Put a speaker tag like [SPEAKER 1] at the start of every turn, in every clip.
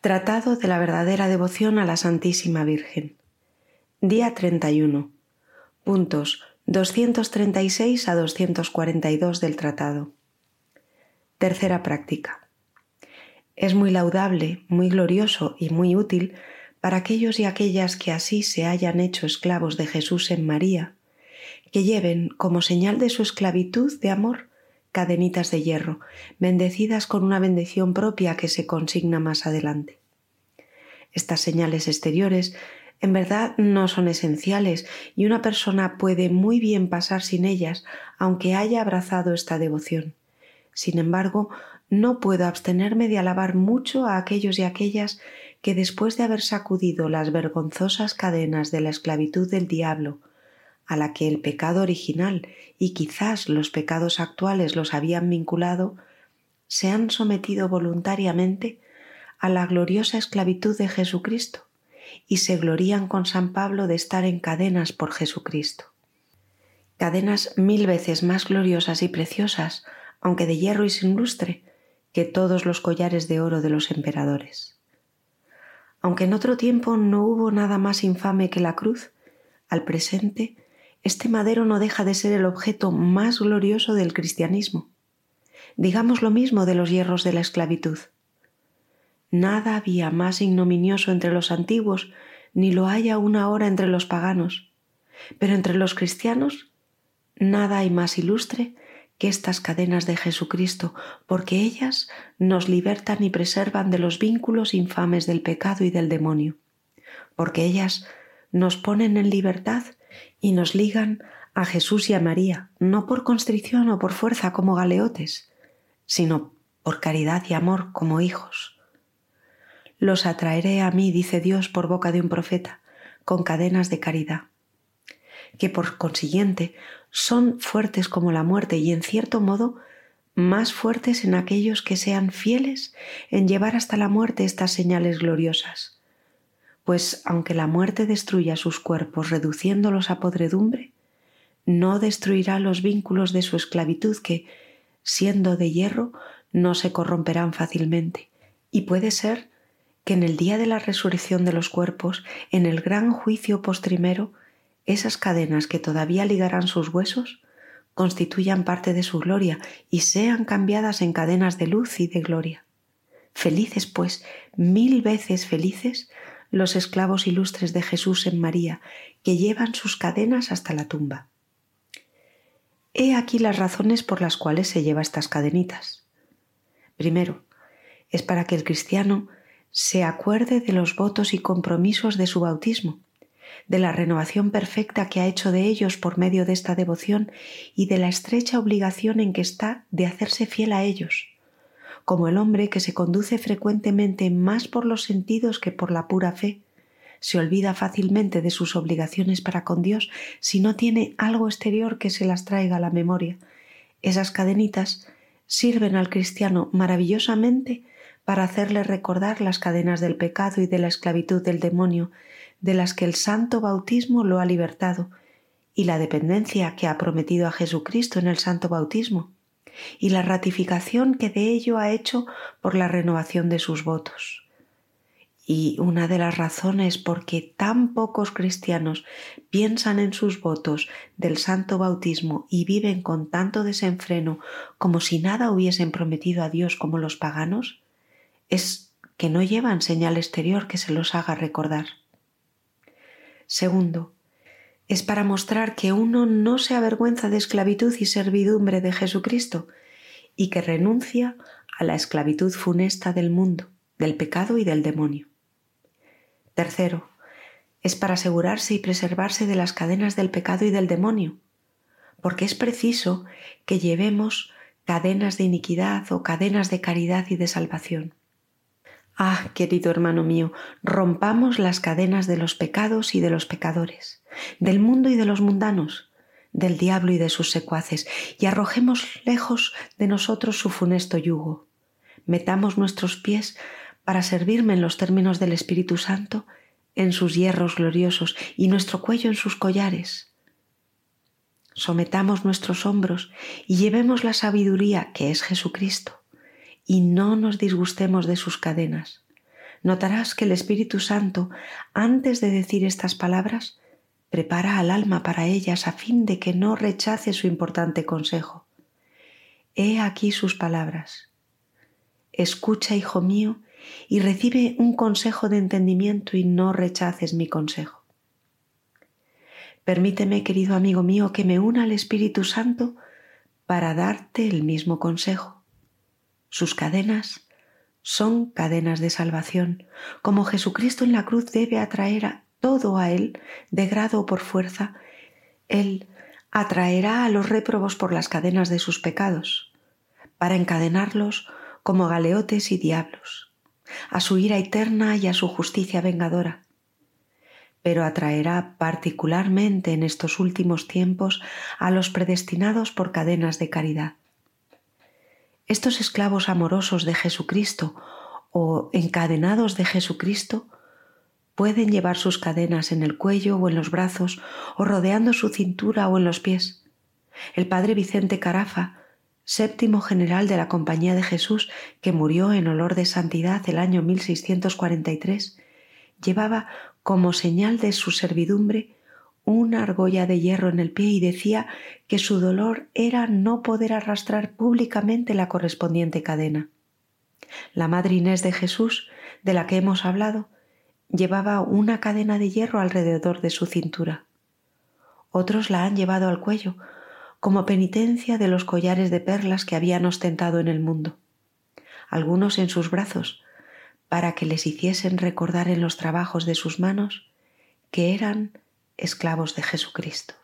[SPEAKER 1] Tratado de la verdadera devoción a la Santísima Virgen. Día 31. Puntos 236 a 242 del tratado. Tercera práctica. Es muy laudable, muy glorioso y muy útil para aquellos y aquellas que así se hayan hecho esclavos de Jesús en María, que lleven como señal de su esclavitud de amor cadenitas de hierro, bendecidas con una bendición propia que se consigna más adelante. Estas señales exteriores en verdad no son esenciales y una persona puede muy bien pasar sin ellas aunque haya abrazado esta devoción. Sin embargo, no puedo abstenerme de alabar mucho a aquellos y aquellas que después de haber sacudido las vergonzosas cadenas de la esclavitud del diablo, a la que el pecado original y quizás los pecados actuales los habían vinculado, se han sometido voluntariamente a la gloriosa esclavitud de Jesucristo y se glorían con San Pablo de estar en cadenas por Jesucristo. Cadenas mil veces más gloriosas y preciosas, aunque de hierro y sin lustre, que todos los collares de oro de los emperadores. Aunque en otro tiempo no hubo nada más infame que la cruz, al presente este madero no deja de ser el objeto más glorioso del cristianismo. Digamos lo mismo de los hierros de la esclavitud. Nada había más ignominioso entre los antiguos, ni lo hay aún ahora entre los paganos. Pero entre los cristianos, nada hay más ilustre que estas cadenas de Jesucristo, porque ellas nos libertan y preservan de los vínculos infames del pecado y del demonio, porque ellas nos ponen en libertad y nos ligan a Jesús y a María, no por constricción o por fuerza como galeotes, sino por caridad y amor como hijos. Los atraeré a mí, dice Dios por boca de un profeta, con cadenas de caridad, que por consiguiente son fuertes como la muerte y en cierto modo más fuertes en aquellos que sean fieles en llevar hasta la muerte estas señales gloriosas pues aunque la muerte destruya sus cuerpos reduciéndolos a podredumbre, no destruirá los vínculos de su esclavitud que, siendo de hierro, no se corromperán fácilmente. Y puede ser que en el día de la resurrección de los cuerpos, en el gran juicio postrimero, esas cadenas que todavía ligarán sus huesos constituyan parte de su gloria y sean cambiadas en cadenas de luz y de gloria. Felices, pues, mil veces felices, los esclavos ilustres de Jesús en María, que llevan sus cadenas hasta la tumba. He aquí las razones por las cuales se lleva estas cadenitas. Primero, es para que el cristiano se acuerde de los votos y compromisos de su bautismo, de la renovación perfecta que ha hecho de ellos por medio de esta devoción y de la estrecha obligación en que está de hacerse fiel a ellos como el hombre que se conduce frecuentemente más por los sentidos que por la pura fe, se olvida fácilmente de sus obligaciones para con Dios si no tiene algo exterior que se las traiga a la memoria. Esas cadenitas sirven al cristiano maravillosamente para hacerle recordar las cadenas del pecado y de la esclavitud del demonio, de las que el santo bautismo lo ha libertado, y la dependencia que ha prometido a Jesucristo en el santo bautismo y la ratificación que de ello ha hecho por la renovación de sus votos. Y una de las razones por que tan pocos cristianos piensan en sus votos del santo bautismo y viven con tanto desenfreno como si nada hubiesen prometido a Dios como los paganos, es que no llevan señal exterior que se los haga recordar. Segundo, es para mostrar que uno no se avergüenza de esclavitud y servidumbre de Jesucristo y que renuncia a la esclavitud funesta del mundo, del pecado y del demonio. Tercero, es para asegurarse y preservarse de las cadenas del pecado y del demonio, porque es preciso que llevemos cadenas de iniquidad o cadenas de caridad y de salvación. Ah, querido hermano mío, rompamos las cadenas de los pecados y de los pecadores, del mundo y de los mundanos, del diablo y de sus secuaces, y arrojemos lejos de nosotros su funesto yugo. Metamos nuestros pies para servirme en los términos del Espíritu Santo, en sus hierros gloriosos y nuestro cuello en sus collares. Sometamos nuestros hombros y llevemos la sabiduría que es Jesucristo y no nos disgustemos de sus cadenas. notarás que el Espíritu Santo, antes de decir estas palabras, prepara al alma para ellas a fin de que no rechace su importante consejo. He aquí sus palabras. Escucha, hijo mío, y recibe un consejo de entendimiento y no rechaces mi consejo. Permíteme, querido amigo mío, que me una al Espíritu Santo para darte el mismo consejo. Sus cadenas son cadenas de salvación, como Jesucristo en la cruz debe atraer a todo a Él, de grado o por fuerza, Él atraerá a los réprobos por las cadenas de sus pecados, para encadenarlos como galeotes y diablos, a su ira eterna y a su justicia vengadora. Pero atraerá particularmente en estos últimos tiempos a los predestinados por cadenas de caridad. Estos esclavos amorosos de Jesucristo o encadenados de Jesucristo pueden llevar sus cadenas en el cuello o en los brazos o rodeando su cintura o en los pies. El padre Vicente Carafa, séptimo general de la Compañía de Jesús, que murió en olor de santidad el año 1643, llevaba como señal de su servidumbre una argolla de hierro en el pie y decía que su dolor era no poder arrastrar públicamente la correspondiente cadena. La madre Inés de Jesús, de la que hemos hablado, llevaba una cadena de hierro alrededor de su cintura. Otros la han llevado al cuello, como penitencia de los collares de perlas que habían ostentado en el mundo. Algunos en sus brazos, para que les hiciesen recordar en los trabajos de sus manos que eran esclavos de Jesucristo.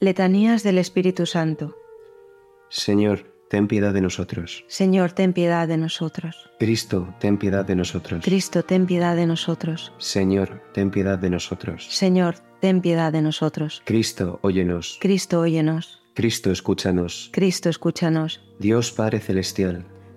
[SPEAKER 1] Letanías del Espíritu Santo.
[SPEAKER 2] Señor, ten piedad de nosotros.
[SPEAKER 1] Señor, ten piedad de nosotros.
[SPEAKER 2] Cristo, ten piedad de nosotros.
[SPEAKER 1] Cristo, ten piedad de nosotros.
[SPEAKER 2] Señor, ten piedad de nosotros.
[SPEAKER 1] Señor, ten piedad de nosotros.
[SPEAKER 2] Cristo, óyenos.
[SPEAKER 1] Cristo, óyenos.
[SPEAKER 2] Cristo, escúchanos.
[SPEAKER 1] Cristo, escúchanos.
[SPEAKER 2] Dios Padre Celestial,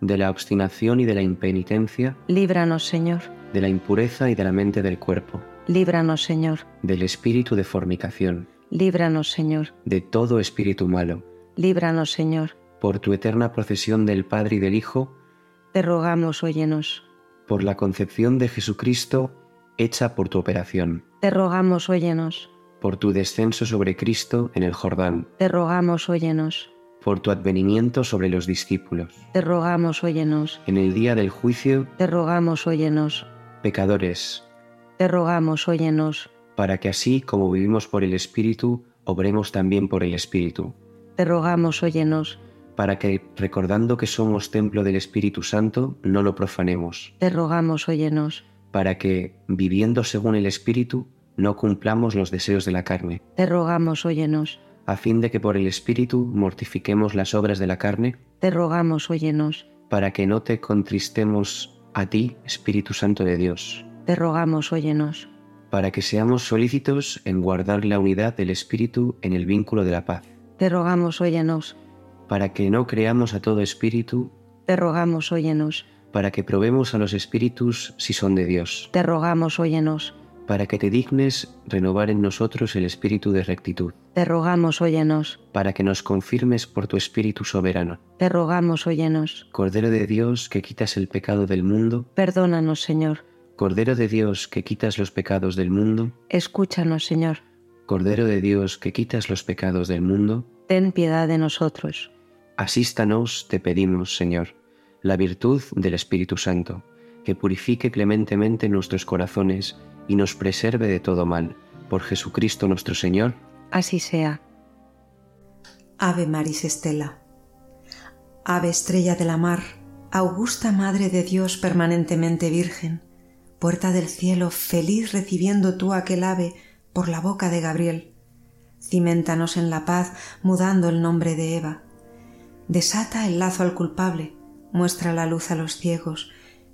[SPEAKER 2] de la obstinación y de la impenitencia,
[SPEAKER 1] Líbranos, Señor.
[SPEAKER 2] de la impureza y de la mente del cuerpo,
[SPEAKER 1] Líbranos, Señor.
[SPEAKER 2] del espíritu de fornicación,
[SPEAKER 1] Líbranos, Señor.
[SPEAKER 2] de todo espíritu malo,
[SPEAKER 1] Líbranos, Señor.
[SPEAKER 2] por tu eterna procesión del Padre y del Hijo,
[SPEAKER 1] te rogamos, óyenos.
[SPEAKER 2] por la concepción de Jesucristo hecha por tu operación,
[SPEAKER 1] Te rogamos, óyenos.
[SPEAKER 2] por tu descenso sobre Cristo en el Jordán,
[SPEAKER 1] Te rogamos, óyenos.
[SPEAKER 2] por tu advenimiento sobre los discípulos,
[SPEAKER 1] Te rogamos, óyenos.
[SPEAKER 2] en el día del juicio,
[SPEAKER 1] Te rogamos, óyenos.
[SPEAKER 2] pecadores,
[SPEAKER 1] Te rogamos, óyenos.
[SPEAKER 2] para que así como vivimos por el Espíritu, obremos también por el Espíritu,
[SPEAKER 1] Te rogamos, óyenos.
[SPEAKER 2] para que, recordando que somos templo del Espíritu Santo, no lo profanemos,
[SPEAKER 1] Te rogamos, óyenos.
[SPEAKER 2] para que, viviendo según el Espíritu, no cumplamos los deseos de la carne,
[SPEAKER 1] Te rogamos, óyenos.
[SPEAKER 2] a fin de que por el Espíritu mortifiquemos las obras de la carne,
[SPEAKER 1] Te rogamos, óyenos.
[SPEAKER 2] para que no te contristemos a ti, Espíritu Santo de Dios,
[SPEAKER 1] Te rogamos, óyenos.
[SPEAKER 2] para que seamos solícitos en guardar la unidad del Espíritu en el vínculo de la paz,
[SPEAKER 1] Te rogamos, óyenos.
[SPEAKER 2] para que no creamos a todo espíritu,
[SPEAKER 1] Te rogamos, óyenos.
[SPEAKER 2] para que probemos a los espíritus si son de Dios,
[SPEAKER 1] Te rogamos, óyenos.
[SPEAKER 2] para que te dignes renovar en nosotros el espíritu de rectitud,
[SPEAKER 1] Te rogamos, óyenos.
[SPEAKER 2] para que nos confirmes por tu espíritu soberano,
[SPEAKER 1] Te rogamos, óyenos.
[SPEAKER 2] Cordero de Dios que quitas el pecado del mundo,
[SPEAKER 1] Perdónanos, Señor.
[SPEAKER 2] Cordero de Dios que quitas los pecados del mundo,
[SPEAKER 1] Escúchanos, Señor.
[SPEAKER 2] Cordero de Dios que quitas los pecados del mundo,
[SPEAKER 1] Ten piedad de nosotros.
[SPEAKER 2] Asístanos, te pedimos, Señor, la virtud del Espíritu Santo, que purifique clementemente nuestros corazones y nos preserve de todo mal. Por Jesucristo nuestro Señor.
[SPEAKER 1] Así sea.
[SPEAKER 3] Ave Maris Estela. Ave estrella de la mar, augusta Madre de Dios permanentemente Virgen, puerta del cielo, feliz recibiendo tú aquel ave por la boca de Gabriel. Cimentanos en la paz, mudando el nombre de Eva. Desata el lazo al culpable, muestra la luz a los ciegos,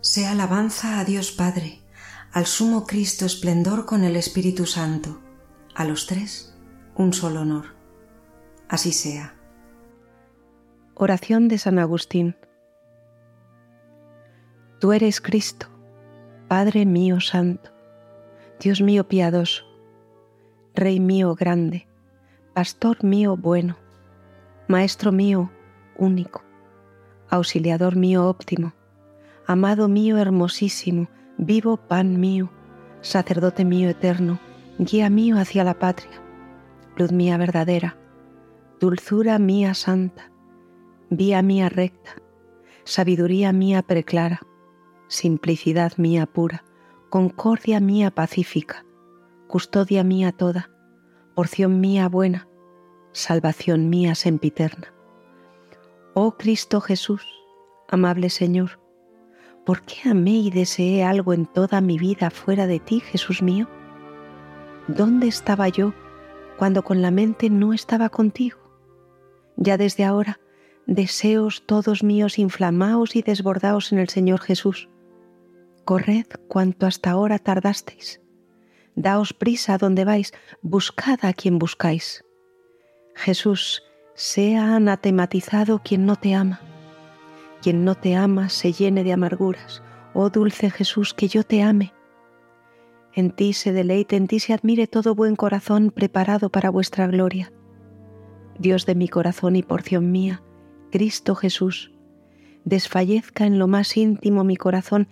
[SPEAKER 3] Sea alabanza a Dios Padre, al sumo Cristo esplendor con el Espíritu Santo, a los tres un solo honor. Así sea.
[SPEAKER 1] Oración de San Agustín. Tú eres Cristo, Padre mío santo, Dios mío piadoso, Rey mío grande, Pastor mío bueno, Maestro mío único, Auxiliador mío óptimo, Amado mío hermosísimo, vivo pan mío, Sacerdote mío eterno, guía mío hacia la patria, luz mía verdadera, dulzura mía santa, vía mía recta, sabiduría mía preclara, simplicidad mía pura, concordia mía pacífica, custodia mía toda, porción mía buena, salvación mía sempiterna. Oh Cristo Jesús, amable Señor, ¿por qué amé y deseé algo en toda mi vida fuera de ti, Jesús mío? ¿Dónde estaba yo cuando con la mente no estaba contigo? Ya desde ahora, deseos todos míos inflamaos y desbordaos en el Señor Jesús. Corred cuanto hasta ahora tardasteis. Daos prisa a donde vais, buscad a quien buscáis. Jesús, sea anatematizado quien no te ama. Quien no te ama se llene de amarguras. Oh dulce Jesús, que yo te ame. En ti se deleite, en ti se admire todo buen corazón preparado para vuestra gloria. Dios de mi corazón y porción mía, Cristo Jesús, desfallezca en lo más íntimo mi corazón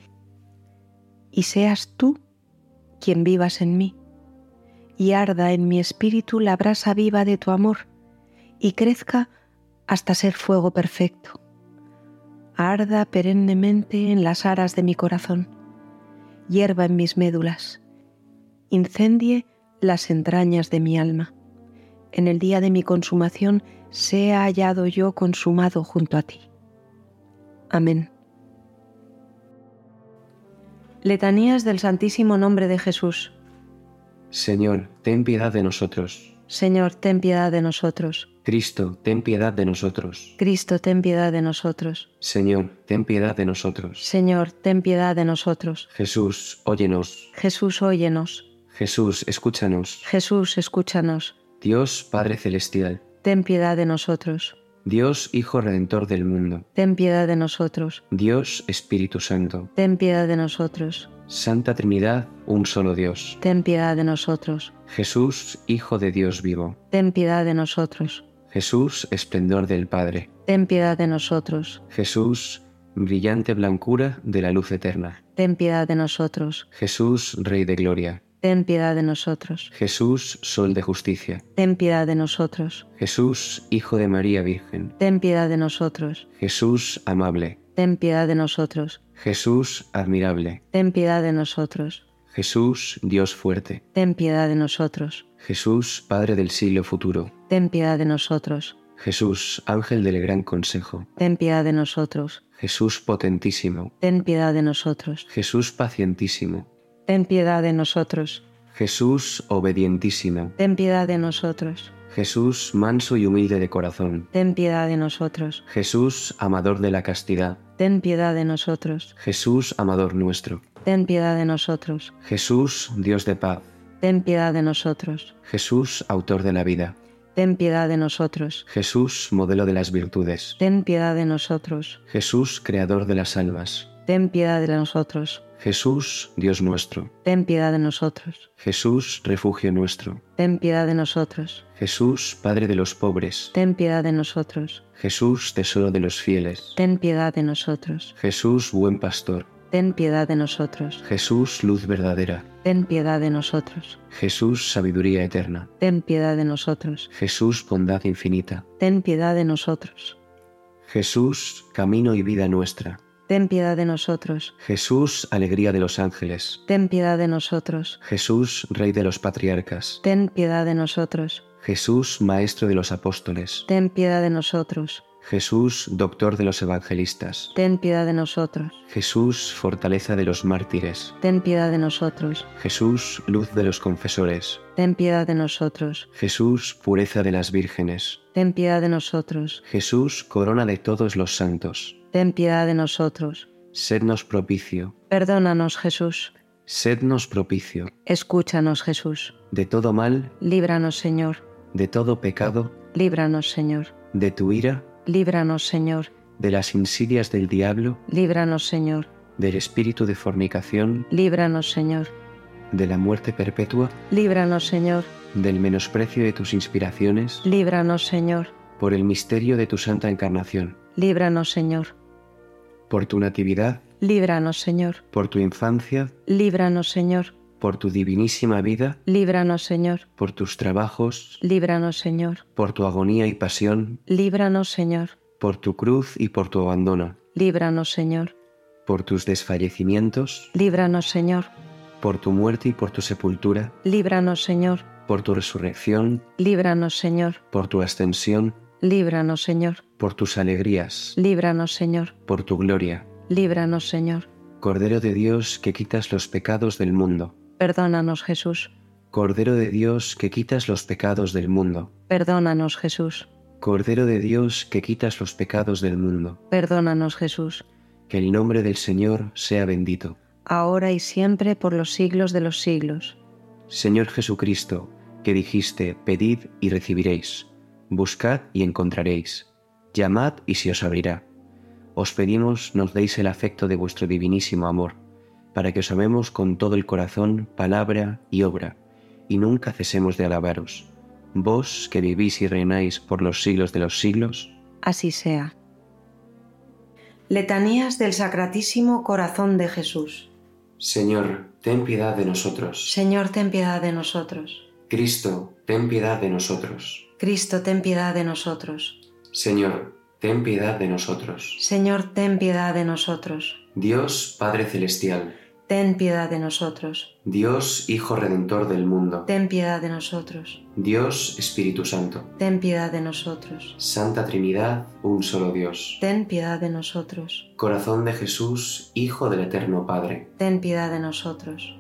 [SPEAKER 1] y seas tú quien vivas en mí, y arda en mi espíritu la brasa viva de tu amor, y crezca hasta ser fuego perfecto. Arda perennemente en las aras de mi corazón, hierba en mis médulas, incendie las entrañas de mi alma en el día de mi consumación sea hallado yo consumado junto a ti. Amén. Letanías del Santísimo Nombre de Jesús.
[SPEAKER 2] Señor, ten piedad de nosotros.
[SPEAKER 1] Señor, ten piedad de nosotros.
[SPEAKER 2] Cristo, ten piedad de nosotros.
[SPEAKER 1] Cristo, ten piedad de nosotros.
[SPEAKER 2] Señor, ten piedad de nosotros.
[SPEAKER 1] Señor, ten piedad de nosotros.
[SPEAKER 2] Jesús, óyenos.
[SPEAKER 1] Jesús, óyenos.
[SPEAKER 2] Jesús, escúchanos.
[SPEAKER 1] Jesús, escúchanos.
[SPEAKER 2] Dios Padre Celestial,
[SPEAKER 1] Ten piedad de nosotros.
[SPEAKER 2] Dios Hijo Redentor del mundo,
[SPEAKER 1] Ten piedad de nosotros.
[SPEAKER 2] Dios Espíritu Santo,
[SPEAKER 1] Ten piedad de nosotros.
[SPEAKER 2] Santa Trinidad, un solo Dios.
[SPEAKER 1] Ten piedad de nosotros.
[SPEAKER 2] Jesús, Hijo de Dios vivo.
[SPEAKER 1] Ten piedad de nosotros.
[SPEAKER 2] Jesús, esplendor del Padre.
[SPEAKER 1] Ten piedad de nosotros.
[SPEAKER 2] Jesús, brillante blancura de la luz eterna.
[SPEAKER 1] Ten piedad de nosotros.
[SPEAKER 2] Jesús, Rey de Gloria.
[SPEAKER 1] Ten piedad de nosotros.
[SPEAKER 2] Jesús, Sol de Justicia.
[SPEAKER 1] Ten piedad de nosotros.
[SPEAKER 2] Jesús, Hijo de María Virgen.
[SPEAKER 1] Ten piedad de nosotros.
[SPEAKER 2] Jesús, amable.
[SPEAKER 1] Ten piedad de nosotros.
[SPEAKER 2] Jesús, admirable.
[SPEAKER 1] Ten piedad de nosotros.
[SPEAKER 2] Jesús, Dios fuerte.
[SPEAKER 1] Ten piedad de nosotros.
[SPEAKER 2] Jesús, Padre del siglo futuro.
[SPEAKER 1] Ten piedad de nosotros.
[SPEAKER 2] Jesús, Ángel del Gran Consejo.
[SPEAKER 1] Ten piedad de nosotros.
[SPEAKER 2] Jesús potentísimo.
[SPEAKER 1] Ten piedad de nosotros.
[SPEAKER 2] Jesús pacientísimo.
[SPEAKER 1] Ten piedad de nosotros.
[SPEAKER 2] Jesús obedientísimo.
[SPEAKER 1] Ten piedad de nosotros.
[SPEAKER 2] Jesús manso y humilde de corazón.
[SPEAKER 1] Ten piedad de nosotros.
[SPEAKER 2] Jesús amador de la castidad.
[SPEAKER 1] Ten piedad de nosotros.
[SPEAKER 2] Jesús amador nuestro.
[SPEAKER 1] Ten piedad de nosotros.
[SPEAKER 2] Jesús Dios de paz.
[SPEAKER 1] Ten piedad de nosotros.
[SPEAKER 2] Jesús autor de la vida.
[SPEAKER 1] Ten piedad de nosotros.
[SPEAKER 2] Jesús modelo de las virtudes.
[SPEAKER 1] Ten piedad de nosotros.
[SPEAKER 2] Jesús creador de las almas.
[SPEAKER 1] Ten piedad de nosotros.
[SPEAKER 2] Jesús Dios nuestro.
[SPEAKER 1] Ten piedad de nosotros.
[SPEAKER 2] Jesús refugio nuestro.
[SPEAKER 1] Ten piedad de nosotros.
[SPEAKER 2] Jesús Padre de los pobres.
[SPEAKER 1] Ten piedad de nosotros.
[SPEAKER 2] Jesús tesoro de los fieles.
[SPEAKER 1] Ten piedad de nosotros.
[SPEAKER 2] Jesús buen pastor.
[SPEAKER 1] Ten piedad de nosotros.
[SPEAKER 2] Jesús luz verdadera.
[SPEAKER 1] Ten piedad de nosotros.
[SPEAKER 2] Jesús sabiduría eterna.
[SPEAKER 1] Ten piedad de nosotros.
[SPEAKER 2] Jesús bondad infinita.
[SPEAKER 1] Ten piedad de nosotros.
[SPEAKER 2] Jesús camino y vida nuestra.
[SPEAKER 1] Ten piedad de nosotros.
[SPEAKER 2] Jesús alegría de los ángeles.
[SPEAKER 1] Ten piedad de nosotros.
[SPEAKER 2] Jesús Rey de los patriarcas.
[SPEAKER 1] Ten piedad de nosotros.
[SPEAKER 2] Jesús Maestro de los apóstoles.
[SPEAKER 1] Ten piedad de nosotros.
[SPEAKER 2] Jesús Doctor de los evangelistas.
[SPEAKER 1] Ten piedad de nosotros.
[SPEAKER 2] Jesús Fortaleza de los mártires.
[SPEAKER 1] Ten piedad de nosotros.
[SPEAKER 2] Jesús Luz de los confesores.
[SPEAKER 1] Ten piedad de nosotros.
[SPEAKER 2] Jesús Pureza de las vírgenes.
[SPEAKER 1] Ten piedad de nosotros.
[SPEAKER 2] Jesús Corona de todos los santos.
[SPEAKER 1] Ten piedad de nosotros.
[SPEAKER 2] Sednos propicio.
[SPEAKER 1] Perdónanos, Jesús.
[SPEAKER 2] Sednos propicio.
[SPEAKER 1] Escúchanos, Jesús.
[SPEAKER 2] De todo mal,
[SPEAKER 1] Líbranos, Señor.
[SPEAKER 2] de todo pecado,
[SPEAKER 1] Líbranos, Señor.
[SPEAKER 2] de tu ira,
[SPEAKER 1] Líbranos, Señor.
[SPEAKER 2] de las insidias del diablo,
[SPEAKER 1] Líbranos, Señor.
[SPEAKER 2] del espíritu de fornicación,
[SPEAKER 1] Líbranos, Señor.
[SPEAKER 2] de la muerte perpetua,
[SPEAKER 1] Líbranos, Señor.
[SPEAKER 2] del menosprecio de tus inspiraciones,
[SPEAKER 1] Líbranos, Señor.
[SPEAKER 2] por el misterio de tu santa encarnación,
[SPEAKER 1] Líbranos, Señor.
[SPEAKER 2] por tu natividad,
[SPEAKER 1] Líbranos, Señor.
[SPEAKER 2] por tu infancia,
[SPEAKER 1] Líbranos, Señor.
[SPEAKER 2] por tu divinísima vida,
[SPEAKER 1] Líbranos, Señor.
[SPEAKER 2] por tus trabajos,
[SPEAKER 1] Líbranos, Señor.
[SPEAKER 2] por tu agonía y pasión,
[SPEAKER 1] Líbranos, Señor.
[SPEAKER 2] por tu cruz y por tu abandono,
[SPEAKER 1] Líbranos, Señor.
[SPEAKER 2] por tus desfallecimientos,
[SPEAKER 1] Líbranos, Señor.
[SPEAKER 2] por tu muerte y por tu sepultura,
[SPEAKER 1] Líbranos, Señor.
[SPEAKER 2] por tu resurrección,
[SPEAKER 1] Líbranos, Señor.
[SPEAKER 2] por tu ascensión,
[SPEAKER 1] Líbranos, Señor.
[SPEAKER 2] por tus alegrías,
[SPEAKER 1] Líbranos, Señor.
[SPEAKER 2] por tu gloria.
[SPEAKER 1] Líbranos, Señor.
[SPEAKER 2] Cordero de Dios que quitas los pecados del mundo.
[SPEAKER 1] Perdónanos, Jesús.
[SPEAKER 2] Cordero de Dios que quitas los pecados del mundo.
[SPEAKER 1] Perdónanos, Jesús.
[SPEAKER 2] Cordero de Dios que quitas los pecados del mundo.
[SPEAKER 1] Perdónanos, Jesús.
[SPEAKER 2] Que el nombre del Señor sea bendito.
[SPEAKER 1] Ahora y siempre por los siglos de los siglos.
[SPEAKER 2] Señor Jesucristo, que dijiste, pedid y recibiréis, buscad y encontraréis, llamad y se os abrirá. Os pedimos nos deis el afecto de vuestro divinísimo amor, para que os amemos con todo el corazón, palabra y obra, y nunca cesemos de alabaros. Vos que vivís y reináis por los siglos de los siglos,
[SPEAKER 1] Así sea.
[SPEAKER 3] Letanías del Sacratísimo Corazón de Jesús.
[SPEAKER 2] Señor, ten piedad de nosotros.
[SPEAKER 3] Señor, ten piedad de nosotros.
[SPEAKER 2] Cristo, ten piedad de nosotros.
[SPEAKER 3] Cristo, ten piedad de nosotros.
[SPEAKER 2] Señor, ten piedad de nosotros.
[SPEAKER 3] Señor, ten piedad de nosotros.
[SPEAKER 2] Dios Padre Celestial,
[SPEAKER 3] Ten piedad de nosotros.
[SPEAKER 2] Dios Hijo Redentor del mundo,
[SPEAKER 3] Ten piedad de nosotros.
[SPEAKER 2] Dios Espíritu Santo,
[SPEAKER 3] Ten piedad de nosotros.
[SPEAKER 2] Santa Trinidad, un solo Dios,
[SPEAKER 3] Ten piedad de nosotros.
[SPEAKER 2] Corazón de Jesús, Hijo del Eterno Padre,
[SPEAKER 3] Ten piedad de nosotros.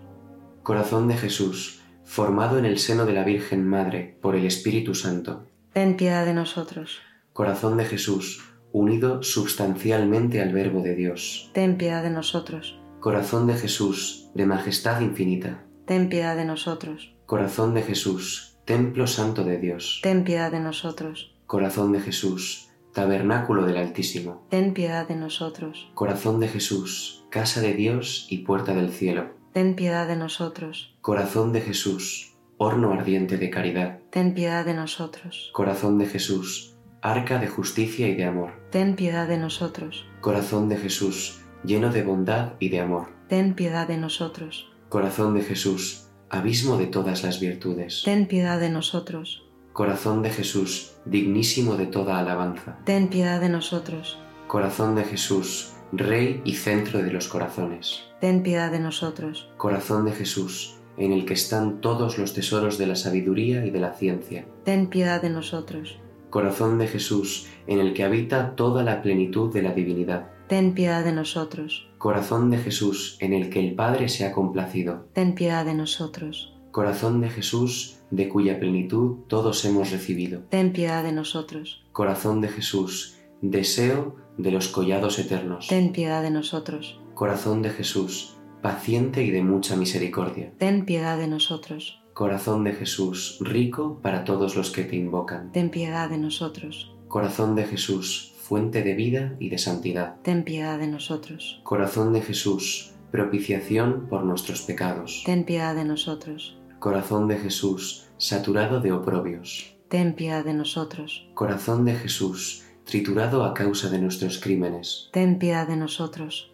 [SPEAKER 2] Corazón de Jesús, formado en el seno de la Virgen Madre por el Espíritu Santo,
[SPEAKER 1] Ten piedad de nosotros.
[SPEAKER 2] Corazón de Jesús, unido substancialmente al Verbo de Dios.
[SPEAKER 1] Ten piedad de nosotros.
[SPEAKER 2] Corazón de Jesús, de majestad infinita.
[SPEAKER 1] Ten piedad de nosotros.
[SPEAKER 2] Corazón de Jesús, templo santo de Dios.
[SPEAKER 1] Ten piedad de nosotros.
[SPEAKER 2] Corazón de Jesús, tabernáculo del Altísimo.
[SPEAKER 1] Ten piedad de nosotros.
[SPEAKER 2] Corazón de Jesús, casa de Dios y puerta del cielo.
[SPEAKER 1] Ten piedad de nosotros.
[SPEAKER 2] Corazón de Jesús, horno ardiente de caridad.
[SPEAKER 1] Ten piedad de nosotros.
[SPEAKER 2] Corazón de Jesús, arca de justicia y de amor.
[SPEAKER 1] Ten piedad de nosotros.
[SPEAKER 2] Corazón de Jesús, lleno de bondad y de amor.
[SPEAKER 1] Ten piedad de nosotros.
[SPEAKER 2] Corazón de Jesús, abismo de todas las virtudes.
[SPEAKER 1] Ten piedad de nosotros.
[SPEAKER 2] Corazón de Jesús, dignísimo de toda alabanza.
[SPEAKER 1] Ten piedad de nosotros.
[SPEAKER 2] Corazón de Jesús, Rey y centro de los corazones.
[SPEAKER 1] Ten piedad de nosotros.
[SPEAKER 2] Corazón de Jesús, en el que están todos los tesoros de la sabiduría y de la ciencia.
[SPEAKER 1] Ten piedad de nosotros.
[SPEAKER 2] Corazón de Jesús, en el que habita toda la plenitud de la divinidad.
[SPEAKER 1] Ten piedad de nosotros.
[SPEAKER 2] Corazón de Jesús, en el que el Padre se ha complacido.
[SPEAKER 1] Ten piedad de nosotros.
[SPEAKER 2] Corazón de Jesús, de cuya plenitud todos hemos recibido.
[SPEAKER 1] Ten piedad de nosotros.
[SPEAKER 2] Corazón de Jesús, deseo de los collados eternos.
[SPEAKER 1] Ten piedad de nosotros.
[SPEAKER 2] Corazón de Jesús, paciente y de mucha misericordia.
[SPEAKER 1] Ten piedad de nosotros.
[SPEAKER 2] Corazón de Jesús, rico para todos los que te invocan.
[SPEAKER 1] Ten piedad de nosotros.
[SPEAKER 2] Corazón de Jesús, fuente de vida y de santidad.
[SPEAKER 1] Ten piedad de nosotros.
[SPEAKER 2] Corazón de Jesús, propiciación por nuestros pecados.
[SPEAKER 1] Ten piedad de nosotros.
[SPEAKER 2] Corazón de Jesús, saturado de oprobios.
[SPEAKER 1] Ten piedad de nosotros.
[SPEAKER 2] Corazón de Jesús, triturado a causa de nuestros crímenes.
[SPEAKER 1] Ten piedad de nosotros.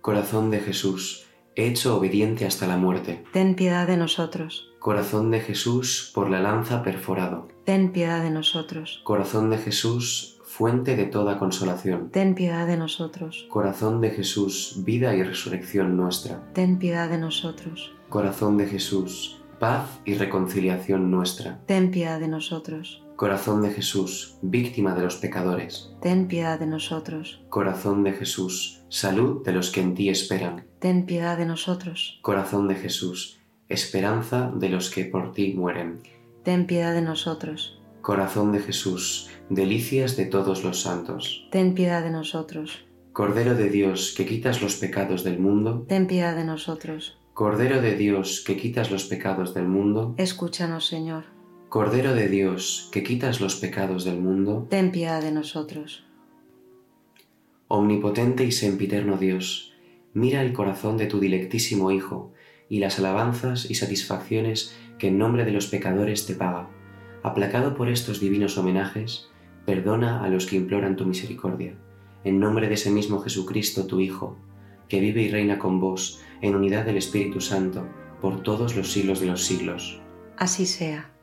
[SPEAKER 2] Corazón de Jesús, hecho obediente hasta la muerte.
[SPEAKER 1] Ten piedad de nosotros.
[SPEAKER 2] Corazón de Jesús, por la lanza perforado.
[SPEAKER 1] Ten piedad de nosotros.
[SPEAKER 2] Corazón de Jesús, fuente de toda consolación.
[SPEAKER 1] Ten piedad de nosotros.
[SPEAKER 2] Corazón de Jesús, vida y resurrección nuestra.
[SPEAKER 1] Ten piedad de nosotros.
[SPEAKER 2] Corazón de Jesús, paz y reconciliación nuestra.
[SPEAKER 1] Ten piedad de nosotros.
[SPEAKER 2] Corazón de Jesús, víctima de los pecadores.
[SPEAKER 1] Ten piedad de nosotros.
[SPEAKER 2] Corazón de Jesús, salud de los que en ti esperan.
[SPEAKER 1] Ten piedad de nosotros.
[SPEAKER 2] Corazón de Jesús, esperanza de los que por ti mueren.
[SPEAKER 1] Ten piedad de nosotros.
[SPEAKER 2] Corazón de Jesús, delicias de todos los santos.
[SPEAKER 1] Ten piedad de nosotros.
[SPEAKER 2] Cordero de Dios, que quitas los pecados del mundo.
[SPEAKER 1] Ten piedad de nosotros.
[SPEAKER 2] Cordero de Dios, que quitas los pecados del mundo.
[SPEAKER 1] Escúchanos, Señor.
[SPEAKER 2] Cordero de Dios, que quitas los pecados del mundo.
[SPEAKER 1] Ten piedad de nosotros.
[SPEAKER 2] Omnipotente y sempiterno Dios, mira el corazón de tu dilectísimo Hijo y las alabanzas y satisfacciones que en nombre de los pecadores te paga. Aplacado por estos divinos homenajes, perdona a los que imploran tu misericordia. En nombre de ese mismo Jesucristo, tu Hijo, que vive y reina con vos, en unidad del Espíritu Santo, por todos los siglos de los siglos.
[SPEAKER 1] Así sea.